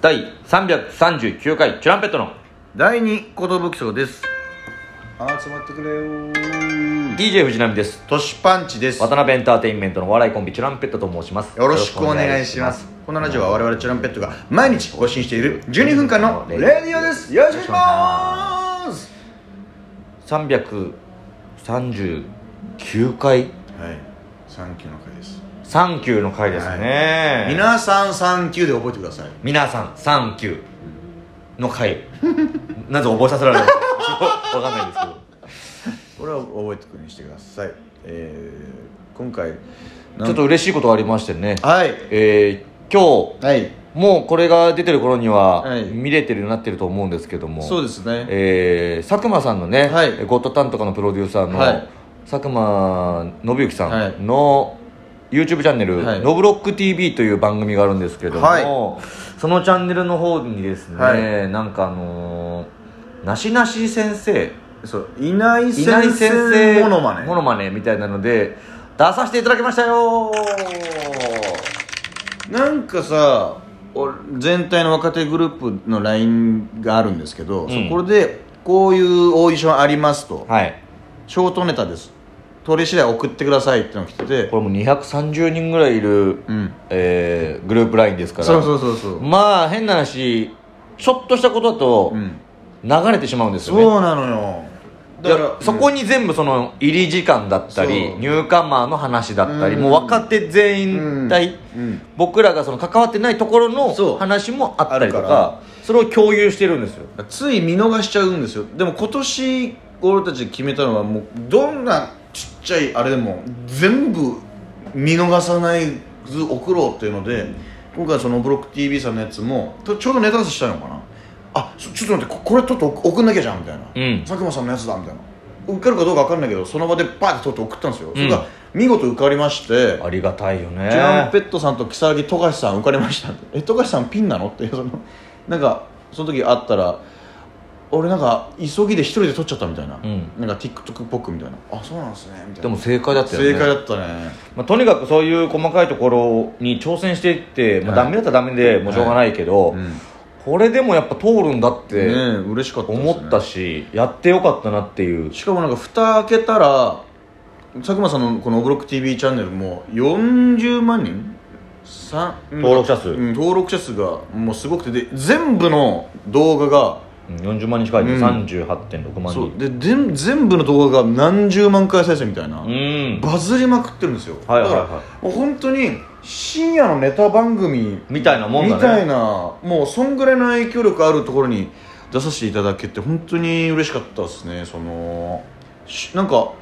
第339回チュランペットの第2寿賞です集まってくれよ DJ 藤波ですトシパンチです渡辺エンターテインメントのお笑いコンビチュランペットと申しますよろしくお願いしますこのラジオは我々チュランペットが毎日更新している12分間のレディオですよろしくお願いします339回はいサンキューの回ですサンキューの回ですね、皆さんサンキューで覚えてください皆さんサンキューの回 なぜ覚えさせられたのか分かんない ですけどこれは覚えてくるにしてくださいえー、今回ちょっと嬉しいことがありましてねはいえー、今日はいもうこれが出てる頃にははい見れてるようになってると思うんですけども、そうですねえー佐久間さんのね、はいゴッドタンとかのプロデューサーの、はい佐久間信之さんの、YouTube チャンネル、はいノブロック TV という番組があるんですけども、はいそのチャンネルの方にですね、はなんかあのーなしなし先生そういないいない先先生生モノマネモノマネみたいなので出させていただきましたよなんかさ俺全体の若手グループの LINE があるんですけど、うんそこでこういうオーディションありますと、はいショートネタです取り次第送ってくださいってのが来ててこれもう230人ぐらいいる、うんえーグループラインですからそうそうそうそう、まあ変な話ちょっとしたことだとうん、流れてしまうんですよね、そうなのよだからそこに全部その入り時間だったりそう入カマーの話だったり、うんもう若手全員体、うんうん僕らがその関わってないところそのう話もあったりとあかるかそれを共有してるんですよつい見逃しちゃうんですよでも今年俺たち決めたのはもうどんなちっちゃいあれでも全部見逃さないず送ろうっていうので今回そのブロック TV さんのやつもとちょうどネタ合わせしたのかなあそちょっと待ってここれちょっと送送んなきゃじゃんみたいな、うん佐久間さんのやつだみたいな受かるかどうか分かんないけどその場でバーって取って送ったんですよ、それうんが見事受かりましてありがたいよねジャンペットさんと如月富樫さん受かりましたってえ富樫さんピンなのっていうそのなんかその時会ったら俺なんか急ぎで一人で撮っちゃったみたいな、んなんか TikTok っぽくみたいなあそうなんですねみたいなでも正解だったよね正解だったねまあ、とにかくそういう細かいところに挑戦していって、まあ、はいダメだったらダメでもうしょうがないけど、うんねこれでもやっぱ通るんだって、え嬉しかったですね思ったしやってよかったなっていうしかもなんか蓋開けたら佐久間さんのこの「オブロック TV チャンネル」も40万人さん登録者数うん登録者数がもうすごくてで全部の動画がうん40万人近いでうん38.6万人そうででん全部の動画が何十万回再生みたいな、うんバズりまくってるんですよ、はいはいはいだからもう本当に深夜のネタ番組みたいなもんだねみたいなもうそんぐらいの影響力あるところに出させていただけて本当に嬉しかったですねそのしなんか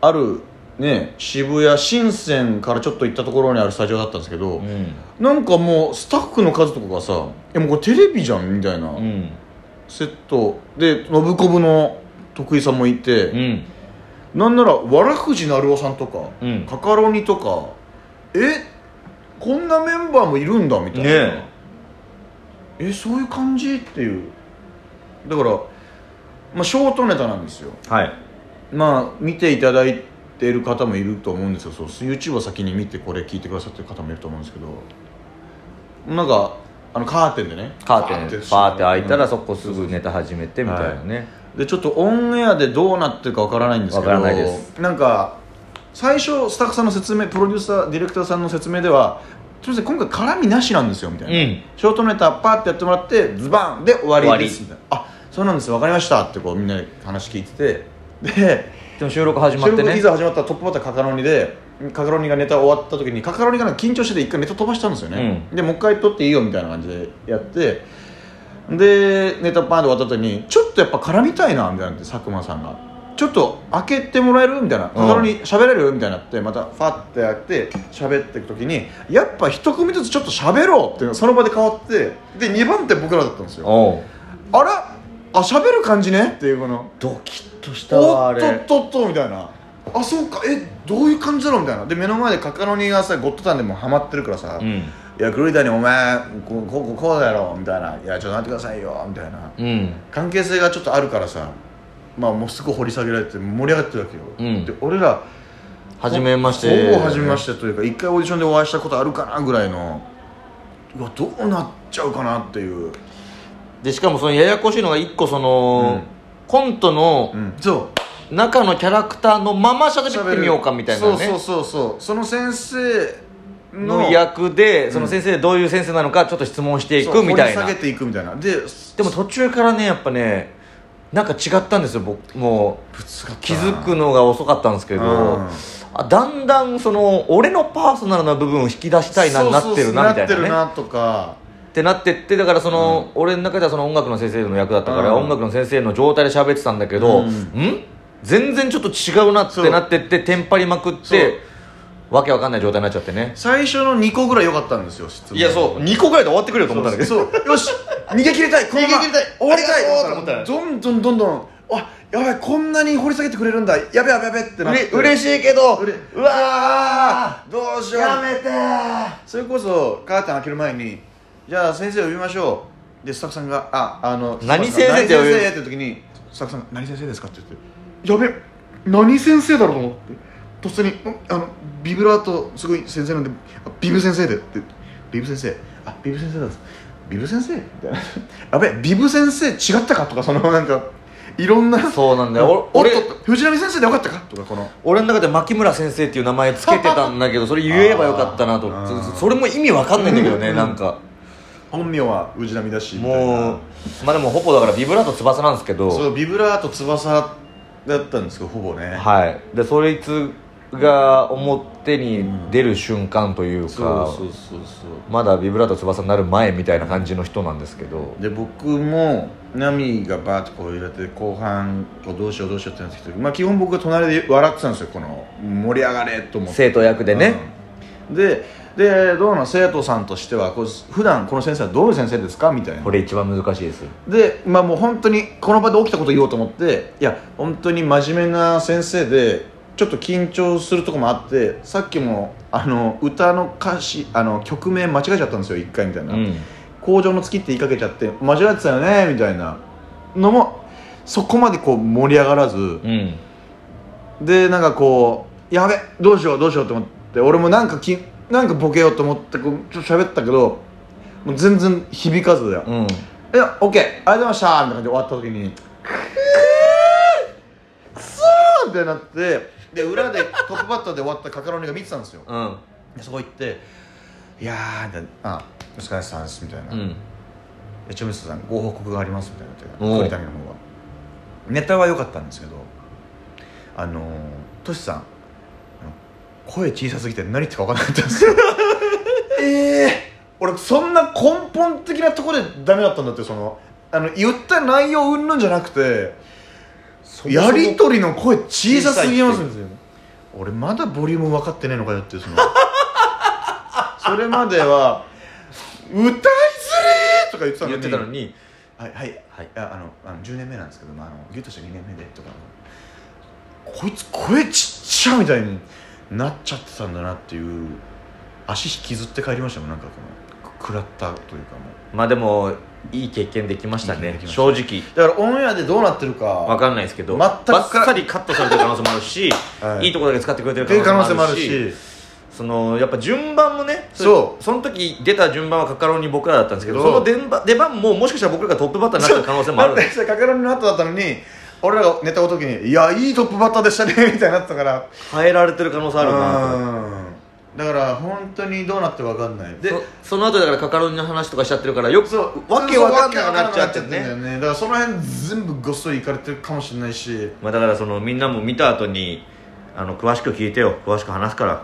あるね渋谷深センからちょっと行ったところにあるスタジオだったんですけど、うんなんかもうスタッフの数とかがさ「えもうこれテレビじゃん」みたいな、うんセットで信子部の徳井さんもいて、うんなんならわらふじなるおさんとか、うんカカロニとかえこんなメンバーもいるんだみたいな、ねええそういう感じっていうだから、まあ、ショートネタなんですよはいまあ見ていただいてる方もいると思うんですよそう YouTube を先に見てこれ聞いてくださってる方もいると思うんですけどなんかあのカーテンでねカーテンバパーって開いたらうんそこすぐネタ始めてみたいなね、でちょっとオンエアでどうなってるかわからないんですけどわからないですなんか最初スタッフさんの説明プロデューサーディレクターさんの説明では「すみません今回絡みなしなんですよ」みたいな、うんショートネタパーってやってもらってズバンで終わりです終みたいな「あそうなんですわかりました」ってこうみんなで話聞いててででも収録始まっ収て録ねいざ始まったらトップバッターカカロニでカカロニがネタ終わった時にカカロニがなんか緊張してて一回ネタ飛ばしたんですよね、でもう一回撮っていいよみたいな感じでやってでネタパーンで終わった後にちょっとやっぱ絡みたいなみたいになって佐久間さんがちょっと開けてもらえるみたいなカカロニ喋れるみたいになってまたファッてやって喋っていく時にやっぱ一組ずつちょっと喋ろうっていうのがその場で変わってで2番手僕らだったんですよおうあらあ喋る感じねっていうこのドキッとしたわおあっとっれとっとみたいなあそうかえどういう感じだろうみたいなで目の前でカカロニがさゴッドタンでもハマってるからさ「ういんや黒谷お前こうこうこうこうだろ」みたいな「いやちょっと待ってくださいよ」みたいなうん関係性がちょっとあるからさまあもうすぐ掘り下げられて盛り上がってるわけよ、うんで俺ら初めましほてぼ初めましてというか一回オーディションでお会いしたことあるかなぐらいのうわどうなっちちゃうかなっていう、でしかもそのややこしいのが一個その、うんコントのうん、そう中のキャラクターのまま喋ってみようかみたいなねそうそうそうそうその先生のの役でその先生どういう先生なのかちょっと質問していそくうみたいな掘り下げていくみたいなででも途中からねやっぱねなんか違ったんですよ僕もう気づくのが遅かったんですけど、うんあだんだんその俺のパーソナルな部分を引き出したいなそうそうなってるなみたいなってるなねなとかってなってってだからその、俺の中ではその音楽の先生の役だったから、うん音楽の先生の状態で喋ってたんだけど、うんん全然ちょっと違うなっそうてなってってテンパりまくっそうてわけわかんない状態になっちゃってね最初の2個ぐらい良かったんですよ質う問2個ぐらいで終わってくれるとそうそうよし逃げ切りたいこのまま逃げ切りたい終わりありがとうたいと思ったらとどんどんどんどんあやばいこんなに掘り下げてくれるんだやべやべやべってなってししいけどうれうわどうしーようめてーそれこそカーテン開ける前にじゃあ先生呼びましょうでスタッフさんが「ああの何スタッフさ先ん生って呼ぶ何先生って時にスタッフさんが「何先生ですか?」って言って「やべ何先生だろ?」うと思って突然にん「あのビブラートすごい先生なんであビブ先生で」って「ビブ先生あビブ先生だ」ビブ先生みたいな「やべビブ先生違ったか?」とかそのなんかいろんなそうなんだおよおっ俺と藤波先生でよかったかとかこの俺の中で牧村先生っていう名前つけてたんだけどそれ言えばよかったなとあーそそれも意味わかんないんだけどねなんか本名は藤波だしみたいなもうまあでもほぼだからビブラート翼なんですけどそうビブラート翼だったんですけどほぼねはいでそいつが表に出る瞬間というそうかそうそうそまだビブラート翼になる前みたいな感じの人なんですけどうで僕もナミがバーッとこう入れて後半こうどうしようどうしようってなってきてまあ基本僕が隣で笑ってたんですよこの盛り上がれと思って生徒役でね、うんででどうなの生徒さんとしてはこう普段この先生はどういう先生ですかみたいなこれ一番難しいですでまあもう本当にこの場で起きたこと言おうと思っていや本当に真面目な先生でちょっと緊張するとこもあってさっきもあの歌の歌詞あの曲名間違えちゃったんですよ一回みたいうな、ん工場の月って言いかけちゃって間違えてたよねみたいなのもそこまでこう盛り上がらず、うんでなんかこうやべどうしようどうしようと思って俺もなんかきなんかボケようと思ってこうちょっと喋ったけどもう全然響かずだよ、うんいや、オッケー、ありがとうございましたみたいな感じで終わった時に、くーくそーってなって、で、裏でトップバッターで終わったカカロニが見てたんですよ。うんでそこ行って、いやー、みたいなあ、お疲れ様です、みたいな。うでんチョミスさん、ご報告があります、みたいな言おうって。鳥谷の方は。ネタは良かったんですけど、あのー、トシさん、あの声小さすぎて何言ってか分からなかった んですよ。ええ俺そんな根本的なところでダメだったんだってそのあの言った内容云々じゃなくてやり取りの声小さすぎますんですよ俺まだボリューム分かってねえのかよっていうその それまでは「歌いづれ!」とか言ってたの言にってたのにはいはい、はい、ああのあの10年目なんですけど、まあ、あのギュッとした2年目でとかこいつ声ちっちゃみたいになっちゃってたんだなっていう足引きずって帰りましたもんなんかこのく食らったというかもうまあでもいい経験できましたねいい経験できました正直だからオンエアでどうなってるかわかんないですけど全くばっさりカットされてる可能性もあるし、はいい、いところだけ使ってくれてっているう可可能能性性ももああるるししそのやっぱ順番もねそうその時出た順番はカカロニ僕らだったんですけどそうその出番出番ももしかしたら僕らがトップバッターになってる可能性もある だってカカロニの後だったのに俺らが寝た時に「いやいいトップバッターでしたね」みたいになったから変えられてる可能性あるなうんだから本当にどうなってわかんないででそその後だからカカロニの話とかしちゃってるからよくわけわかんなくなっちゃってんだよねねだからその辺全部ごっそりいかれてるかもしれないしまあだからそのみんなも見た後にあの詳しく聞いてよ詳しく話すからこ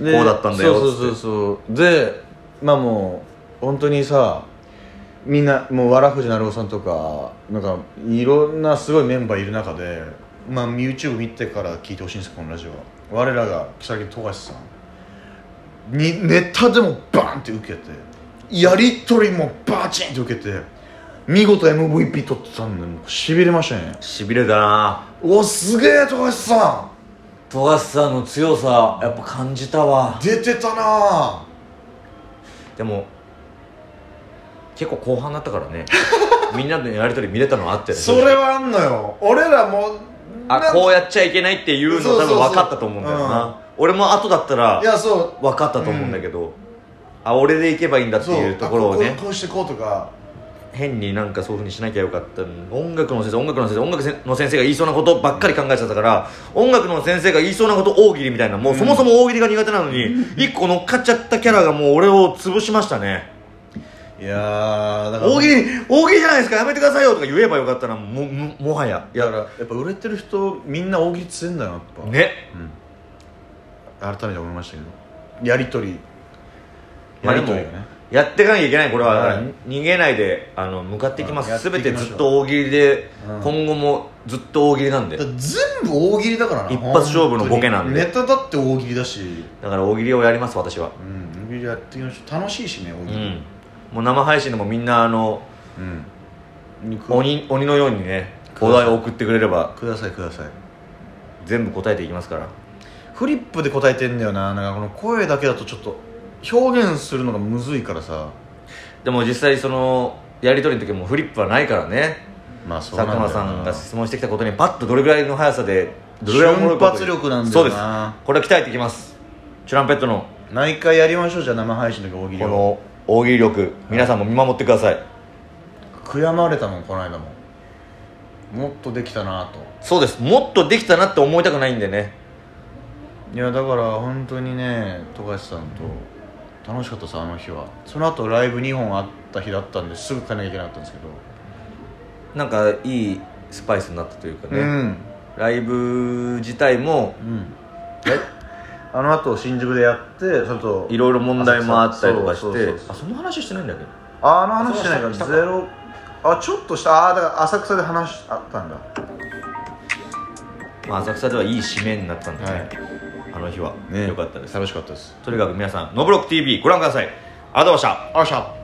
うだったんだよそうそうそうそうでまあもう本当にさみんなもうわらふじなるおさんとかなんかいろんなすごいメンバーいる中でまあ YouTube 見てから聞いてほしいんですこのラジオは我らが如月富樫さんにネタでもバーンって受けてやり取りもバチンって受けて見事 MVP 取ってたんでもうしびれましたねしびれたなおすげえ富樫さ富樫さんの強さやっぱ感じたわん出てたなでも結構後半だったから ねみんなのやり取り見れたのはあってそれはあんのよ俺らもあこうやっちゃいけないっていうのそう多そうそう分分かったと思うんだよな俺も後だったらいやそ分かったと思うんだけど、うあ俺で行けばいいんだってそういうところをあこねうこうしてこうとか変になんかそういうふうにしなきゃよかった音楽の先生音楽の先生音楽の先生が言いそうなことばっかり考えちゃったから音楽の先生が言いそうなこと大喜利みたいなもうそもそも大喜利が苦手なのに一個乗っかっちゃったキャラがもう俺を潰しましたねいやーだから大喜利大喜利じゃないですかやめてくださいよとか言えばよかったなもももはやいだかやらやっぱ売れてる人みんな大喜利強いんだなやっぱ、ね改めて思いましたけどやりとりまあやでりもとりがねやっていかなきゃいけないこれは、はい逃げないであの向かっていきまうんすやっていき全ましてょうずっと大喜利で、うん今後もずっと大喜利なんでだから全部大喜利だからな一発勝負のボケなんで本当にネタだって大喜利だしだから大喜利をやります私はうん大喜利やっていきましょう楽しいしね大う喜利んもう生配信でもみんなあのうん、鬼鬼のようにねお題を送ってくれればくださいください全部答えていきますからフリップで答えてんだよななんかこの声だけだとちょっと表現するのがむずいからさでも実際そのやり取りの時もフリップはないからねまあそうな佐ん久だよな間さんが質問してきたことにパッとどれぐらいの速さでどれぐらいおもろい瞬こと発力なんだよなそうですこれは鍛えていきますチュランペットの毎回やりましょうじゃあ生配信の時大喜利こをの大喜利力皆さんも見守ってください悔やまれたもんこの間ももっとできたなとそうですもっとできたなって思いたくないんでねいやだから本当にね富樫さんと楽しかったさあの日はその後ライブ2本あった日だったんですぐ帰んなきゃいけなかったんですけどなんかいいスパイスになったというかね、うんライブ自体もうんえあの後新宿でやってそれといろいろ問題もあったりとかしてそうそうそうそうあその話してないんだけどああの話してないかあらそうしたゼロあちょっとしたああだから浅草で話しあったんだまあ、浅草ではいい締めになったんでね、はいあの日は、良ねよかったです楽しかったですとにかく皆さん「ノブロック TV」ご覧くださいありがとうございましたあっしゃ